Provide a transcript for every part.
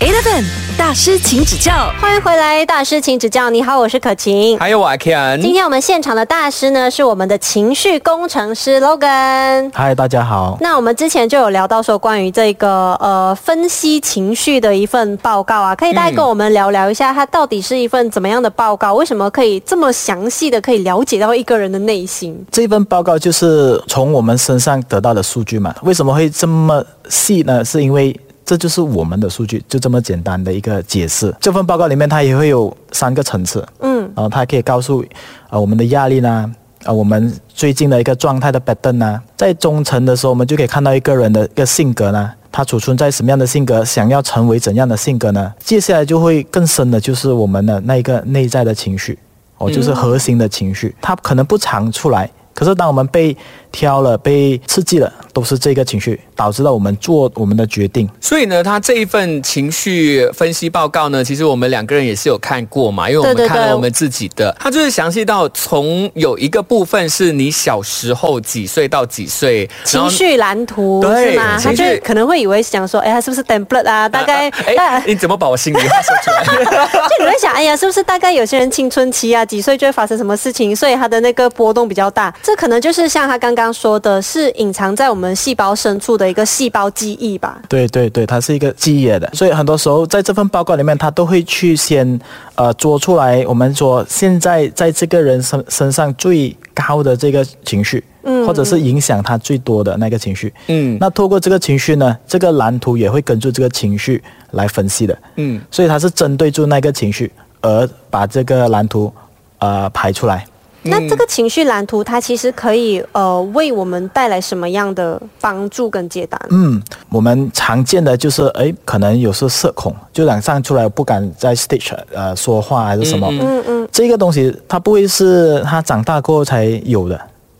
Eleven 大师，请指教。欢迎回来，大师请指教。你好，我是可晴。还有我嗯今 Ken，天我们现场的大师呢，是我们的情绪工程师 Logan。嗨，大家好。那我们之前就有聊到说关于这个呃分析情绪的一份报告啊，可以大概嗯跟我们聊聊一下，它到底是一份怎么样的报告？为什么可以这么详细的可以了解到一个人的内心？这份报告就是从我们身上得到的数据嘛？为什么会这么细呢？是因为这就是我们的数据，就这么简单的一个解释。这份报告里面它也会有三个层次，嗯，然后它可以告诉呃我们的压力呢，呃我们最近的一个状态的 pattern 呢，在中层的时候我们就可以看到一个人的一个性格呢。他储存在什么样的性格，想要成为怎样的性格呢？接下来就会更深的，就是我们的那一个内在的情绪。哦，就是核心的情绪，它可能不常出来。可是当我们被挑了、被刺激了，都是这个情绪导致了我们做我们的决定。所以呢，他这一份情绪分析报告呢，其实我们两个人也是有看过嘛，因为我对们对看了对我们自己的，他就是详细到从有一个部分是你小时候几岁到几岁，然情后绪蓝图对是吗？他情就绪可能会以为想说，哎，他是不是 template 啊？大概，大 哎，你怎么把我心里话说 出来？就你会想，哎呀，是不是大概有些人青春期啊，几岁就会发生什么事情，所以他的那个波动比较大。这可能就是像他刚刚说的，是隐藏在我们细胞深处的一个细胞记忆吧。对对对，它是一个记忆来的，所以很多时候在这份报告里面，他都会去先呃做出来，我们说现在在这个人身身上最高的这个情绪，嗯，或者是影响他最多的那个情绪，嗯那透过这个情绪呢，这个蓝图也会根据这个情绪来分析的，嗯，所以它是针对住那个情绪而把这个蓝图呃排出来。那这个情绪蓝图，它其实可以呃为我们带来什么样的帮助跟解答呢？嗯，我们常见的就是，哎，可能有时候社恐，就两上出来不敢在 stage 呃说话还是什么。嗯嗯。这个东西它不会是他长大过后才有的，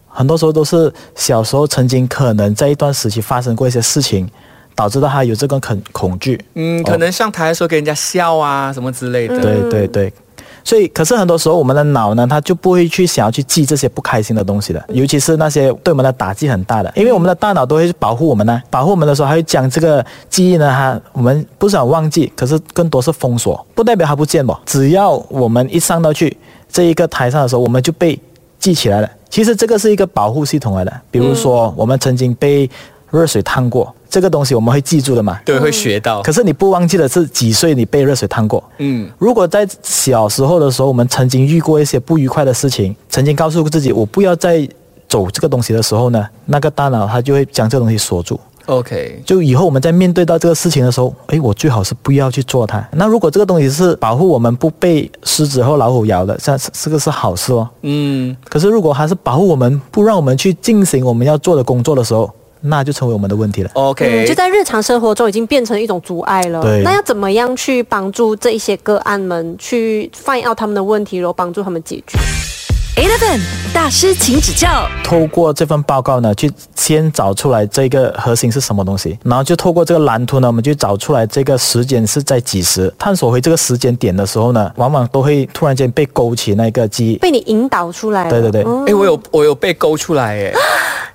很多时候都是小时候曾经可能在一段时期发生过一些事情，导致到他有这个恐恐惧。嗯，可能上台的时候给人家笑啊什么之类的，对对对。所以，可是很多时候我们的脑呢，它就不会去想要去记这些不开心的东西的，嗯尤其是那些对我们的打击很大的，因为我们的大脑都会保护我们呢，嗯保护我们的时候，还会将这个记忆呢，它我们不是很忘记，可是更多是封锁，不代表它不见吧，只要我们一上到去这一个台上的时候，我们就被记起来了。其实这个是一个保护系统来的，比如说嗯我们曾经被热水烫过，这个东西我们会记住的嘛，对，嗯会学到。可是你不忘记的是几岁你被热水烫过。哦嗯，如果在小时候的时候，我们曾经遇过一些不愉快的事情，曾经告诉自己我不要再走这个东西的时候呢，那个大脑它就会将这个东西锁住。 OK，就以后我们在面对到这个事情的时候，诶，我最好是不要去做它。那如果这个东西是保护我们不被狮子和老虎咬的，像这个是好事哦。嗯，可是如果它是保护我们不让我们去进行我们要做的工作的时候，那就成为我们的问题了。 OK，、嗯，就在日常生活中已经变成一种阻碍了。对那要怎么样去帮助这一些个案们去 find out 他们的问题，然后帮助他们解决？ Eleven 大师，请指教。透过这份报告呢，去先找出来这个核心是什么东西，然后就透过这个蓝图呢，我们就找出来这个时间是在几时。探索回这个时间点的时候呢，往往都会突然间被勾起那个记忆。被你引导出来了。对对对，哎、我有我有被勾出来哎、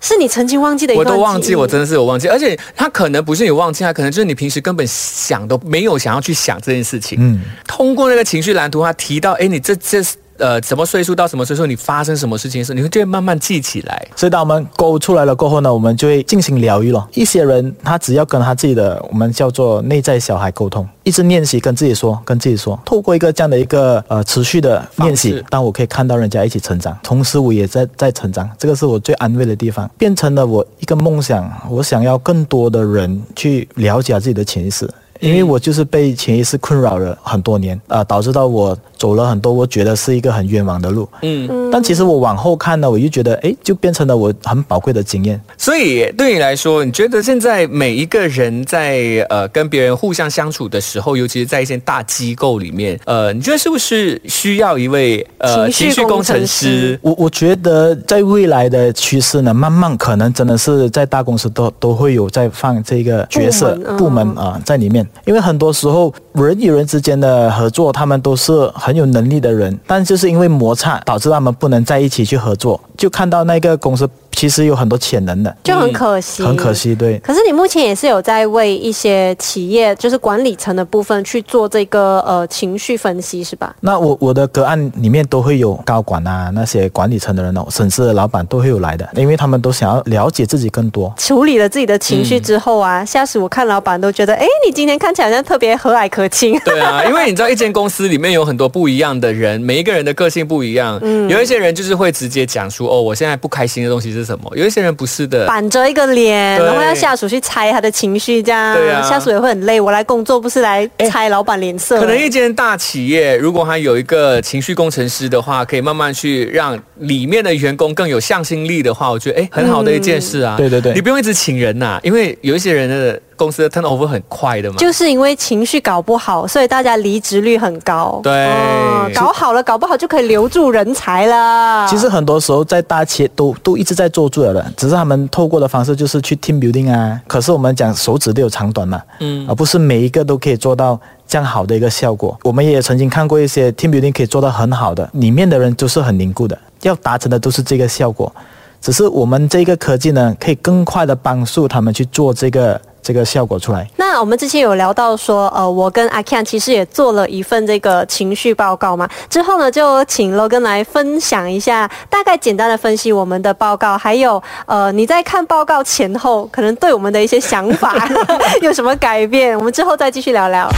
是你曾经忘记的一我段都忘记，记忆我真的是有忘记，而且他可能不是你忘记，他可能就是你平时根本想都没有想要去想这件事情。嗯，通过那个情绪蓝图，他提到，哎，你这这呃什么岁数到什么岁数，你发生什么事情的时候，你会就会慢慢记起来。所以当我们勾出来了过后呢，我们就会进行疗愈了。一些人他只要跟他自己的我们叫做内在小孩沟通，一直练习跟自己说，跟自己说，透过一个这样的一个呃持续的练方习式，当我可以看到人家一起成长，同时我也在在成长，这个是我最安慰的地方，变成了我一个梦想，我想要更多的人去了解自己的潜意识。因为我就是被潜意识困扰了很多年，啊、导致到我走了很多我觉得是一个很冤枉的路。嗯，但其实我往后看呢，我就觉得，哎，就变成了我很宝贵的经验。所以对你来说，你觉得现在每一个人在呃跟别人互相相处的时候，尤其是在一些大机构里面，呃，你觉得是不是需要一位呃情绪工程师我我觉得在未来的趋势呢，慢慢可能真的是在大公司都都会有在放这个角色部门嗯部门啊、在里面，因为很多时候人与人之间的合作，他们都是很有能力的人，但就是因为摩擦导致他们不能在一起去合作，就看到那个公司。其实有很多潜能的，就很可惜，很可。惜，对。可是你目前也是有在为一些企业，就是管理层的部分去做这个呃情绪分析，是吧？那我我的个案里面都会有高管啊，那些管理层的人呢，甚至老板都会有来的，因为他们都想要了解自己更多。处理了自己的情绪之后嗯啊，下属我看老板都觉得，哎，你今天看起来好像特别和蔼可亲。对啊，因为你知道，一间公司里面有很多不一样的人，每一个人的个性不一样。嗯有一些人就是会直接讲出哦，我现在不开心的东西是什么。有一些人不是的。 板着一个脸，对然后让下属去猜他的情绪，这样、对啊哎下属也会很累。我来工作不是来猜老板脸色、可能一间大企业，如果它有一个情绪工程师的话，可以慢慢去让里面的员工更有向心力的话，我觉得哎，很好的一件事啊。嗯对对对你不用一直请人呐、因为有一些人的公司的 turnover 很快的嘛。 就是因为情绪搞不好，所以大家离职率很高。对哦搞好了，搞不好就可以留住人才啦。其实很多时候在大企业都都一直在做住了的，只是他们透过的方式就是去 team building 啊。可是我们讲手指都有长短嘛，嗯，而不是每一个都可以做到这样好的一个效果。我们也曾经看过一些 team building 可以做到很好的，里面的人都是很凝固的，要达成的都是这个效果。只是我们这个科技呢，可以更快的帮助他们去做这个这个效果出来。那我们之前有聊到说，呃，我跟阿 Ken 其实也做了一份这个情绪报告嘛。之后呢，就请 Logan 来分享一下，大概简单的分析我们的报告，还有呃，你在看报告前后，可能对我们的一些想法 有什么改变？我们之后再继续聊聊。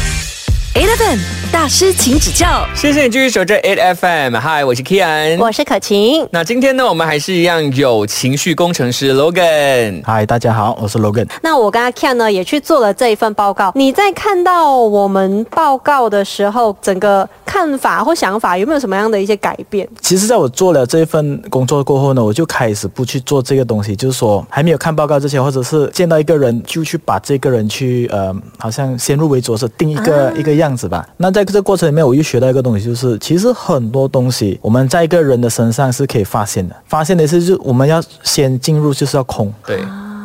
Eleven 大师，请指教。谢谢你继续守着8 FM。嗨，我是 Kian。我是可晴。那今天呢，我们还是一样有情绪工程师 Logan。嗨，大家好，我是 Logan。那我跟阿 Ken 呢也去做了这一份报告。你在看到我们报告的时候，整个看法或想法有没有什么样的一些改变？其实，在我做了这份工作过后呢，我就开始不去做这个东西，就是说还没有看报告之前，或者是见到一个人就去把这个人去呃，好像先入为主是定一个、一个样子吧。那在这个过程里面，我又学到一个东西，就是其实很多东西我们在一个人的身上是可以发现的，发现的是就是我们要先进入就是要空，对，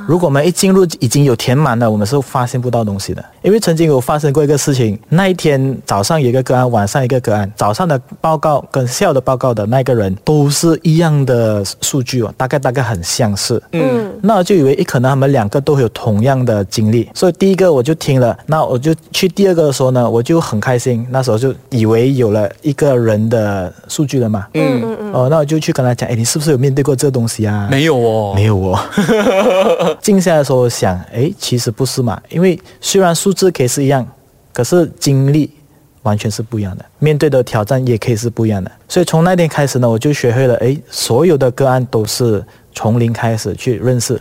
如果我们一进入已经有填满了，我们是发现不到东西的。因为曾经有发生过一个事情，那一天早上有一个个案，晚上一个个案，早上的报告跟下午的报告的那个人都是一样的数据哦，大概大概很相似。嗯，那我就以为诶可能他们两个都有同样的经历，所以第一个我就听了，那我就去第二个的时候呢，我就很开心，那时候就以为有了一个人的数据了嘛。嗯嗯嗯。哦，那我就去跟他讲，诶，你是不是有面对过这个东西啊？没有哦，没有哦。静下来的时候我想，诶，其实不是嘛，因为虽然数字可以是一样，可是经历完全是不一样的，面对的挑战也可以是不一样的。所以从那天开始呢，我就学会了，诶，所有的个案都是从零开始去认识，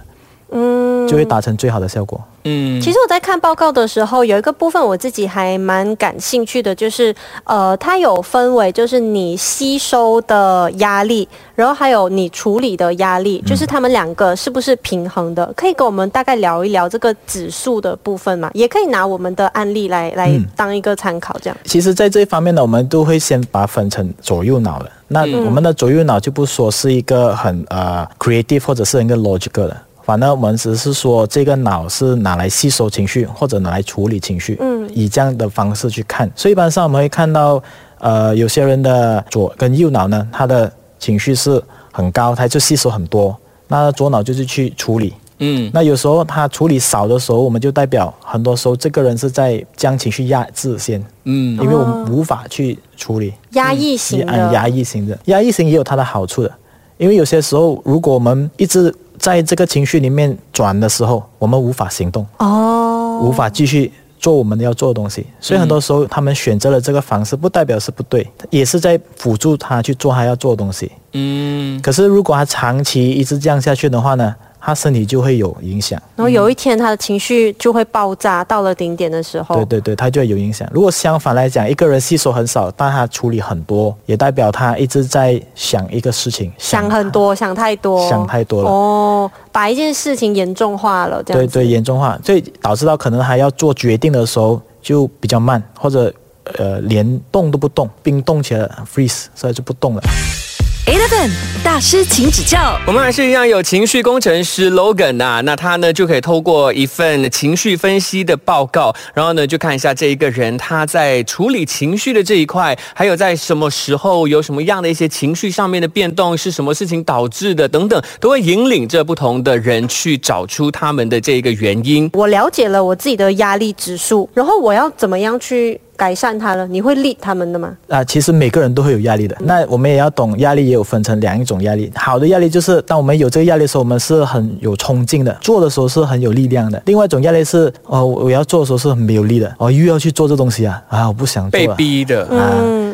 嗯，就会达成最好的效果。嗯，其实我在看报告的时候，有一个部分我自己还蛮感兴趣的，就是呃，它有分为就是你吸收的压力，然后还有你处理的压力，嗯就是他们两个是不是平衡的？可以跟我们大概聊一聊这个指数的部分嘛？也可以拿我们的案例来来嗯当一个参考，这样。其实，在这一方面呢，我们都会先把它分成左右脑的。那我们的左右脑就不说是一个很呃 creative 或者是一个 logical 的，反正我们只是说这个脑是拿来吸收情绪或者拿来处理情绪，嗯，以这样的方式去看。所以一般上我们会看到，呃，有些人的左跟右脑呢，他的情绪是很高，他就吸收很多，那左脑就是去处理。嗯，那有时候他处理少的时候，我们就代表很多时候这个人是在将情绪压制先，嗯，因为我们无法去处理，压抑也型按的，压抑型的，压抑型也有它的好处的，因为有些时候如果我们一直在这个情绪里面转的时候，我们无法行动，哦，无法继续做我们要做的东西，所以很多时候他们选择了这个方式，不代表是不对，也是在辅助他去做他要做的东西。嗯，可是如果他长期一直这样下去的话呢，他身体就会有影响。然后有一天他的情绪就会爆炸，到了顶点的时候，对对对，它就会有影响。如果相反来讲，一个人吸收很少，但他处理很多，也代表他一直在想一个事情，想很多，想太多，想太多了哦，把一件事情严重化了，这样对子。对，严重化，所以导致到可能他要做决定的时候就比较慢，或者呃连动都不动，冰冻起来了，freeze，所以就不动了。 Eleven 大师，请指教。我们还是一样有情绪工程师 Logan 呐、那他呢就可以透过一份情绪分析的报告，然后呢就看一下这一个人他在处理情绪的这一块，还有在什么时候有什么样的一些情绪上面的变动，是什么事情导致的等等，都会引领着不同的人去找出他们的这一个原因。我了解了我自己的压力指数，然后我要怎么样去改善它呢？你会立他们的吗？啊，其实每个人都会有压力的。那我们也要懂，压力也有分成两种压力。好的压力就是，当我们有这个压力的时候，我们是很有冲劲的，做的时候是很有力量的。另外一种压力是，哦，我我要做的时候是很没有力的，哦，又要去做这东西啊，啊，我不想做、被啊。逼的，啊，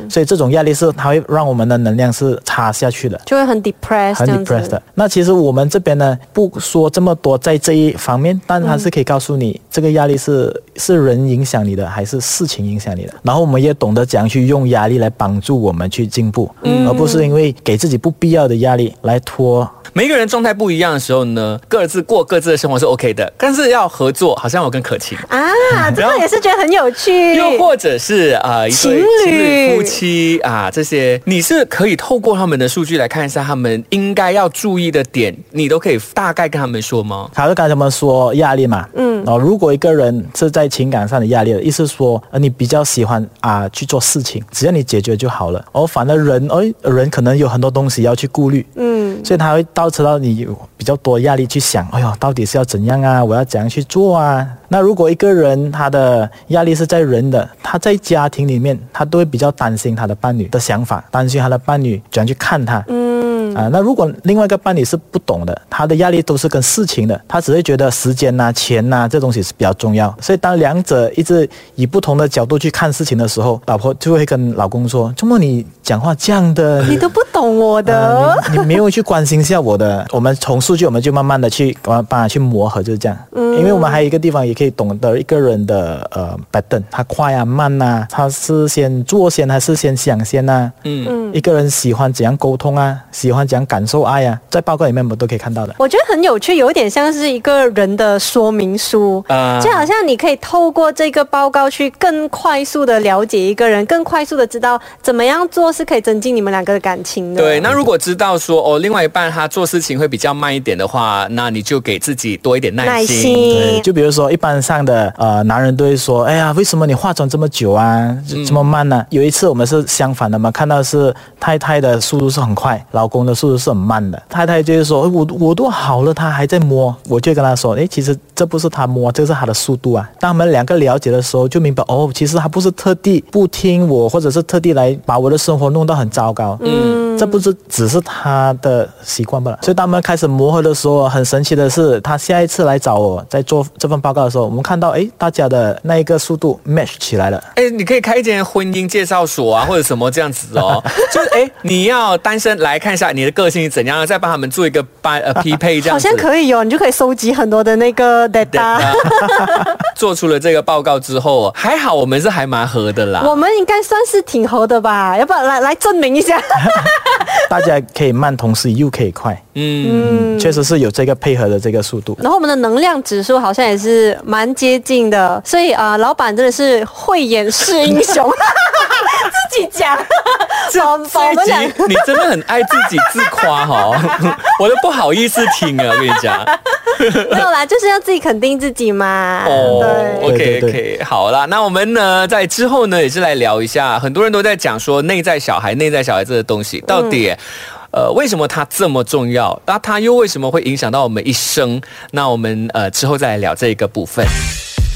所以这种压力是它会让我们的能量是差下去的。就会很 depressed，很这样 depressed 子。的。那其实我们这边呢，不说这么多在这一方面，但它是可以告诉你，这个压力是是人影响你的，还是事情影响你的。然后我们也懂得怎样去用压力来帮助我们去进步，嗯而不是因为给自己不必要的压力来拖。每个人状态不一样的时候呢，各自过各自的生活是 OK 的，但是要合作，好像我跟可晴。啊，这然后个也是觉得很有趣。又或者是啊、呃，一对情侣情侣夫妻啊，这些你是可以透过他们的数据来看一下他们应该要注意的点，你都可以大概跟他们说吗？好，就刚才我们说压力嘛，嗯，哦，如果一个人是在情感上的压力，意思说，呃，你比较喜欢啊、去做事情，只要你解决就好了。哦，反而人，哎，人可能有很多东西要去顾虑，嗯，所以他会导致到你有比较多压力去想，哎呦，到底是要怎样啊？我要怎样去做啊？那如果一个人他的压力是在人的，他在家庭里面，他都会比较担心他的伴侣的想法，担心他的伴侣怎样去看他，嗯。啊，那如果另外一个伴侣是不懂的，他的压力都是跟事情的，他只会觉得时间呐、钱呐、这东西是比较重要。所以当两者一直以不同的角度去看事情的时候，老婆就会跟老公说：“怎么你讲话这样的？你都不懂我的呃，你你没有去关心一下我的，我们从数据我们就慢慢的去帮帮他去磨合，就是这样。嗯，因为我们还有一个地方也可以懂得一个人的呃 pattern，他快啊慢呐、他是先做先还是先想先呐、嗯嗯，一个人喜欢怎样沟通啊，喜欢怎样感受爱啊，在报告里面我们都可以看到的。我觉得很有趣，有一点像是一个人的说明书，啊就好像你可以透过这个报告去更快速的了解一个人，更快速的知道怎么样做是可以增进你们两个的感情的。对，那如果知道说哦，另外一半他做事情会比较慢一点的话，那你就给自己多一点耐耐心。对，心。就比如说一般上的呃男人都会说，哎呀，为什么你化妆这么久啊，这这么慢呢、有一次我们是相反的嘛，看到是太太的速度是很快，老公的速度是很慢的。太太就是说，哎我我都好了，他还在摸，我就跟他说，哎，其实这不是他摸，这是他的速度啊。当我们两个了解的时候，就明白哦，其实他不是特地不听我，或者是特地来把我的生活弄到很糟糕。嗯，这不是只是他的习惯罢了。所以当我们开始磨合的时候，很神奇的是，他下一次来找我在做这份报告的时候，我们看到哎，大家的那一个速度 match 起来了。哎，你可以开一间婚姻介绍所啊，或者什么这样子 哦。就是哎，你要单身来看一下你的个性是怎样，再帮他们做一个班呃匹配这 样好子。像可以哦，你就可以收集很多的那个 data。做出了这个报告之后，还好我们是还蛮合的啦。我们应该算是挺合的吧？要不然来来证明一下。大家可以慢，同时又可以快。嗯，确实是有这个配合的这个速度。然后我们的能量指数好像也是蛮接近的，所以啊、呃老板真的是慧眼识英雄，自己讲。 我们我这们一集俩你真的很爱自己自夸哈、哦， 我都不好意思听啊，我跟你讲。没有啦，就是要自己肯定自己嘛。对。哦，OK 对对 OK，好啦，那我们呢在之后呢也是来聊一下，很多人都在讲说内在小孩、内在小孩这个东嗯西到底。呃，为什么它这么重要？那它又为什么会影响到我们一生？那我们呃之后再来聊这个部分。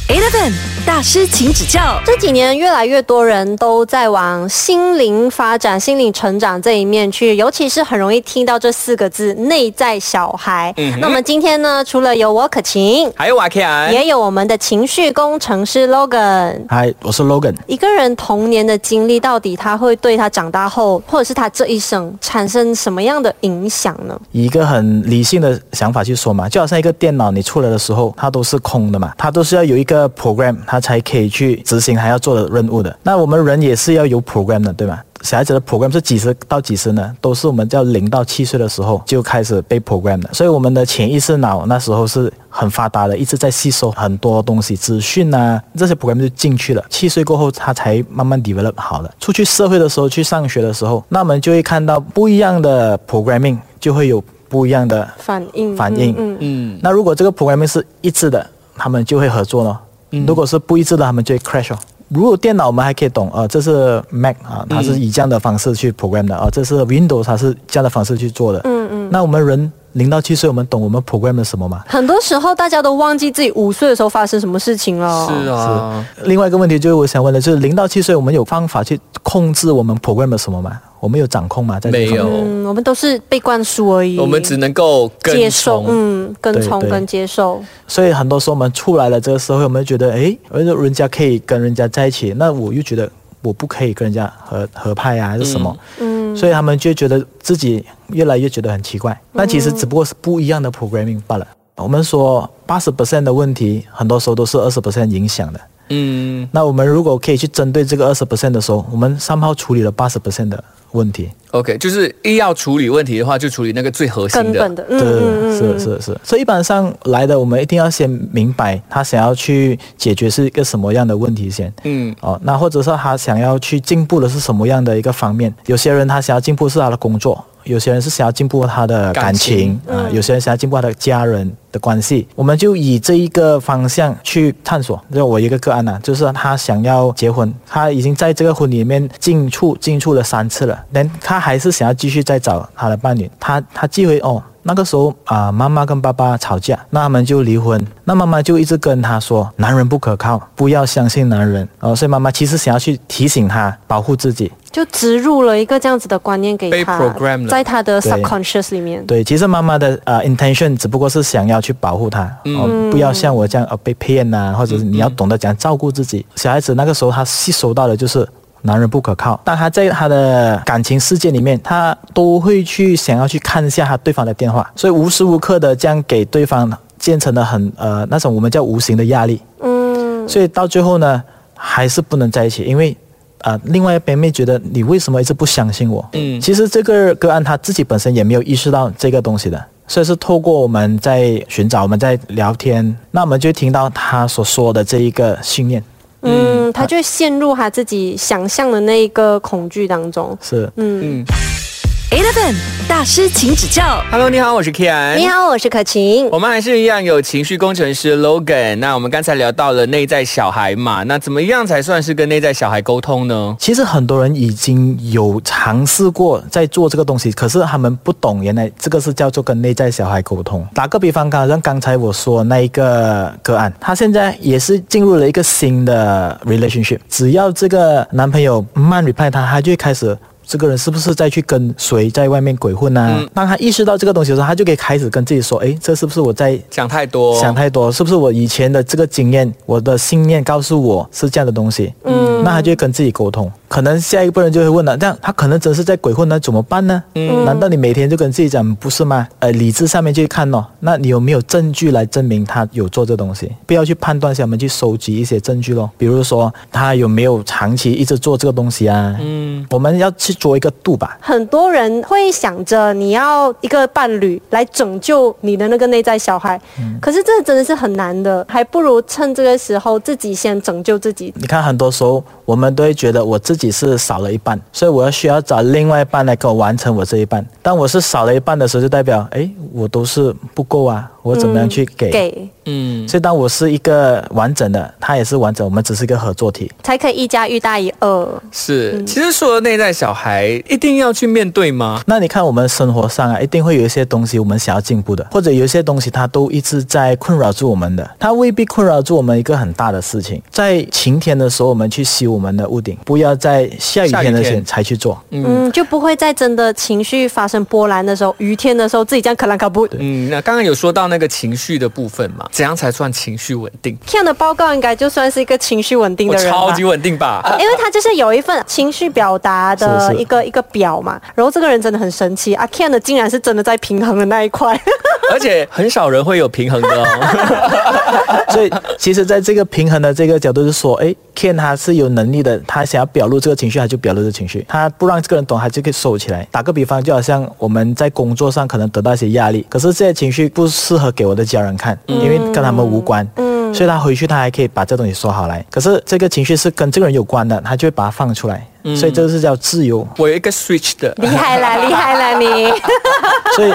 Eleven 大师，请指教。这几年越来越多人都在往心灵发展、心灵成长这一面去，尤其是很容易听到这四个字“内在小孩”那我们今天呢，除了有我可晴，还有瓦克安，也有我们的情绪工程师 Logan。嗨，我是 Logan。一个人童年的经历，到底他会对他长大后，或者是他这一生产生什么样的影响呢？以一个很理性的想法去说嘛，就好像一个电脑你出来的时候，它都是空的嘛，它都是要有一个 program，它才可以去执行还要做的任务的。那我们人也是要有 program 的，对吗？小孩子的 program 是几时到几时呢？都是我们叫零到七岁的时候就开始被 program 的，所以我们的潜意识脑那时候是很发达的，一直在吸收很多东西、资讯啊，这些 program 就进去了。七岁过后，他才慢慢 develop 好了。出去社会的时候，去上学的时候，那我们就会看到不一样的 programming，就会有不一样的反应反应。嗯嗯嗯，那如果这个 programming 是一致的，他们就会合作咯。嗯如果是不一致的，他们就会 crash 哦。如果电脑我们还可以懂，呃，这是 Mac 啊，嗯它是以这样的方式去 program 的啊、这是 Windows 它是这样的方式去做的。嗯嗯。那我们人零到七岁，我们懂我们 program 的什么吗？很多时候大家都忘记自己五岁的时候发生什么事情了。是啊，另外一个问题就是我想问的，就是零到七岁，我们有方法去控制我们 program 的什么吗？我们有掌控吗？在这没方面有，嗯，我们都是被灌输而已。我们只能够跟接受，从嗯，跟从对对跟接受。所以很多时候我们出来了这个社会，我们就觉得，诶，人家可以跟人家在一起，那我又觉得我不可以跟人家合合拍啊，还是什么？嗯，所以他们就觉得自己越来越觉得很奇怪。但其实只不过是不一样的 programming 罢了。我们说八十 percent 的问题，很多时候都是二十 percent 影响的。嗯，那我们如果可以去针对这个二十 percent 的时候，我们三号处理了八十 percent 的问题。 OK，就是一要处理问题的话，就处理那个最核心根的。本的，嗯对，嗯嗯是是是，所以一般上来的，我们一定要先明白他想要去解决是一个什么样的问题先。嗯哦，那或者是他想要去进步的是什么样的一个方面？有些人他想要进步是他的工作，有些人是想要进步他的感情啊、有些人想要进步他的家人的关系。我们就以这一个方向去探索。就我一个个案啊，就是他想要结婚，他已经在这个婚里面进出进出了三次了，但他还是想要继续再找他的伴侣。他他忌讳哦，那个时候啊、妈妈跟爸爸吵架，那他们就离婚。那妈妈就一直跟他说，男人不可靠，不要相信男人。哦，所以妈妈其实想要去提醒他，保护自己。就植入了一个这样子的观念给被他 program 了在他的对 subconscious 里面。对，其实妈妈的呃 intention 只不过是想要去保护他，哦，不要像我这样呃被骗呐、或者是你要懂得讲照顾自己。小孩子那个时候他吸收到的就是。男人不可靠，但他在他的感情世界里面，他都会去想要去看一下他对方的电话，所以无时无刻的这样给对方建成了很呃那种我们叫无形的压力。嗯，所以到最后呢，还是不能在一起，因为啊、另外一边妹觉得你为什么一直不相信我？嗯其实这个个案他自己本身也没有意识到这个东西的，所以是透过我们在寻找，我们在聊天，那我们就听到他所说的这一个信念嗯，他就陷入他自己想象的那一个恐惧当中。是。嗯，Eleven 大师，请指教。 ，Hello，你好，我是 Kian。你。好，我是可晴。我们还是一样有情绪工程师 Logan。那我们刚才聊到了内在小孩嘛，那怎么样才算是跟内在小孩沟通呢？其实很多人已经有尝试过在做这个东西，可是他们不懂，原来这个是叫做跟内在小孩沟通。打个比方，刚像刚才我说那一个个案，他现在也是进入了一个新的 relationship，只要这个男朋友慢 reply 他，他就会开始。这个人是不是再去跟谁在外面鬼混呢、啊？当他意识到这个东西的时候，他就可以开始跟自己说：“诶，这是不是我在想太多，想太多，是不是我以前的这个经验，我的信念告诉我是这样的东西？嗯，那他就会跟自己沟通。可能下一个人就会问了，这样他可能真是在鬼混，那怎么办呢？嗯，难道你每天就跟自己讲不是吗？呃，理智上面去看哦，那你有没有证据来证明他有做这东西？不要去判断，我们去收集一些证据咯，比如说他有没有长期一直做这个东西啊？嗯，我们要去做一个度吧。很多人会想着你要一个伴侣来拯救你的那个内在小孩，可是这真的是很难的，还不如趁这个时候自己先拯救自己。你看，很多时候我们都会觉得我自己是少了一半，所以我要需要找另外一半来给我完成我这一半。当我是少了一半的时候，就代表诶，我都是不够啊，我怎么样去给？给嗯，所以当我是一个完整的，他也是完整，我们只是一个合作体。才可以一加一大于二。是。嗯其实说内在小孩一定要去面对吗？那你看，我们生活上啊，一定会有一些东西我们想要进步的，或者有一些东西它都一直在困扰住我们的，它未必困扰住我们一个很大的事情。在晴天的时候，我们去修我们的屋顶，不要在下雨下雨天的天时候才去做。嗯，就不会在真的情绪发生波澜的时候、雨天的时候，自己这样卡拉卡布。嗯，那刚刚有说到那个情绪的部分嘛，怎样才算情绪稳定？ Ken 的啊报告应该就算是一个情绪稳定我的人吧超级稳定吧？ 因为他就是有一份情绪表达的是是一个一个表嘛，然后这个人真的很神奇啊，Ken 的竟然是真的在平衡的那一块， 而且很少人会有平衡的哦。 所以其实在这个平衡的这个角度，是说，哎，Ken 他是有能力的，他想要表露这个情绪，他就表露这个情绪，他不让这个人懂，他就可以收起来。打个比方，就好像我们在工作上可能得到一些压力，可是这些情绪不适合给我的家人看，因为跟他们无关。嗯，所以他回去他还可以把这东西说好来，可是这个情绪是跟这个人有关的，他就会把它放出来。所以这是叫自由，我有一个 switch 的，厉害 啦，厉害啦你！所以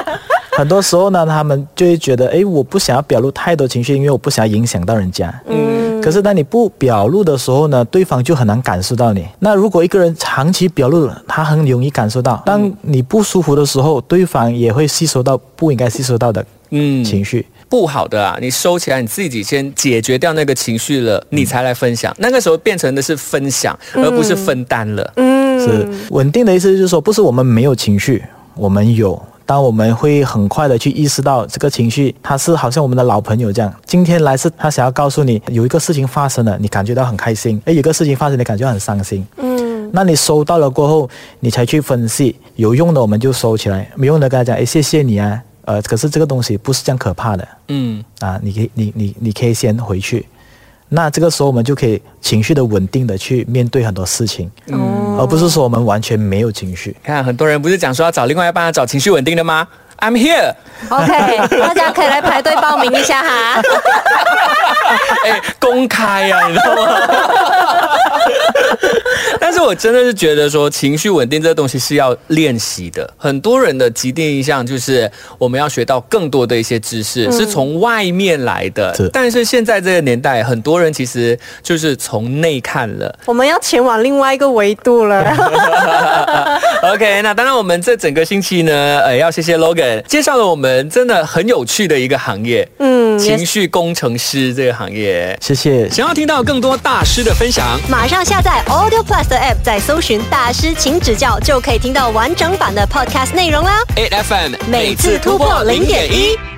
很多时候呢，他们就会觉得，哎，我不想要表露太多情绪，因为我不想要影响到人家。嗯。可是当你不表露的时候呢，对方就很难感受到你。那如果一个人长期表露了，他很容易感受到。当你不舒服的时候，对方也会吸收到不应该吸收到的嗯，情绪。不好的啊，你收起来，你自己先解决掉那个情绪了，你才来分享。那个时候变成的是分享，而不是分担了。是稳定的意思就是说，不是我们没有情绪，我们有。当我们会很快的去意识到这个情绪，它是好像我们的老朋友这样。今天来是他想要告诉你有一个事情发生了，你感觉到很开心；诶，有一个事情发生，你感觉到很伤心。嗯，那你收到了过后，你才去分析，有用的我们就收起来，没用的跟他讲，诶，谢谢你啊，呃，可是这个东西不是这样可怕的。嗯，啊，你可以，你你你可以先回去。那这个时候我们就可以情绪的稳定的去面对很多事情，嗯，而不是说我们完全没有情绪。看很多人不是讲说要找另外一半，找情绪稳定的吗？I'm here， OK，大家可以来排队报名一 下哈。哎、公开呀、你知道吗？ 但是我真的是觉得说，情绪稳定这个东西是要练习的。很多人的既定印象就是我们要学到更多的一些知识，是从外面来的。是但是现在这个年代，很多人其实就是从内看了。我们要前往另外一个维度了。 OK，那当然，我们这整个星期呢，呃，要谢谢 Logan 介绍了我们真的很有趣的一个行业，嗯也情绪工程师这个行业。谢谢，想要听到更多大师的分享，马上下载 Audio Plus 的 App，再搜寻“大师请指教”，就可以听到完整版的 Podcast 内容啦。 8 FM 每次突破零点一。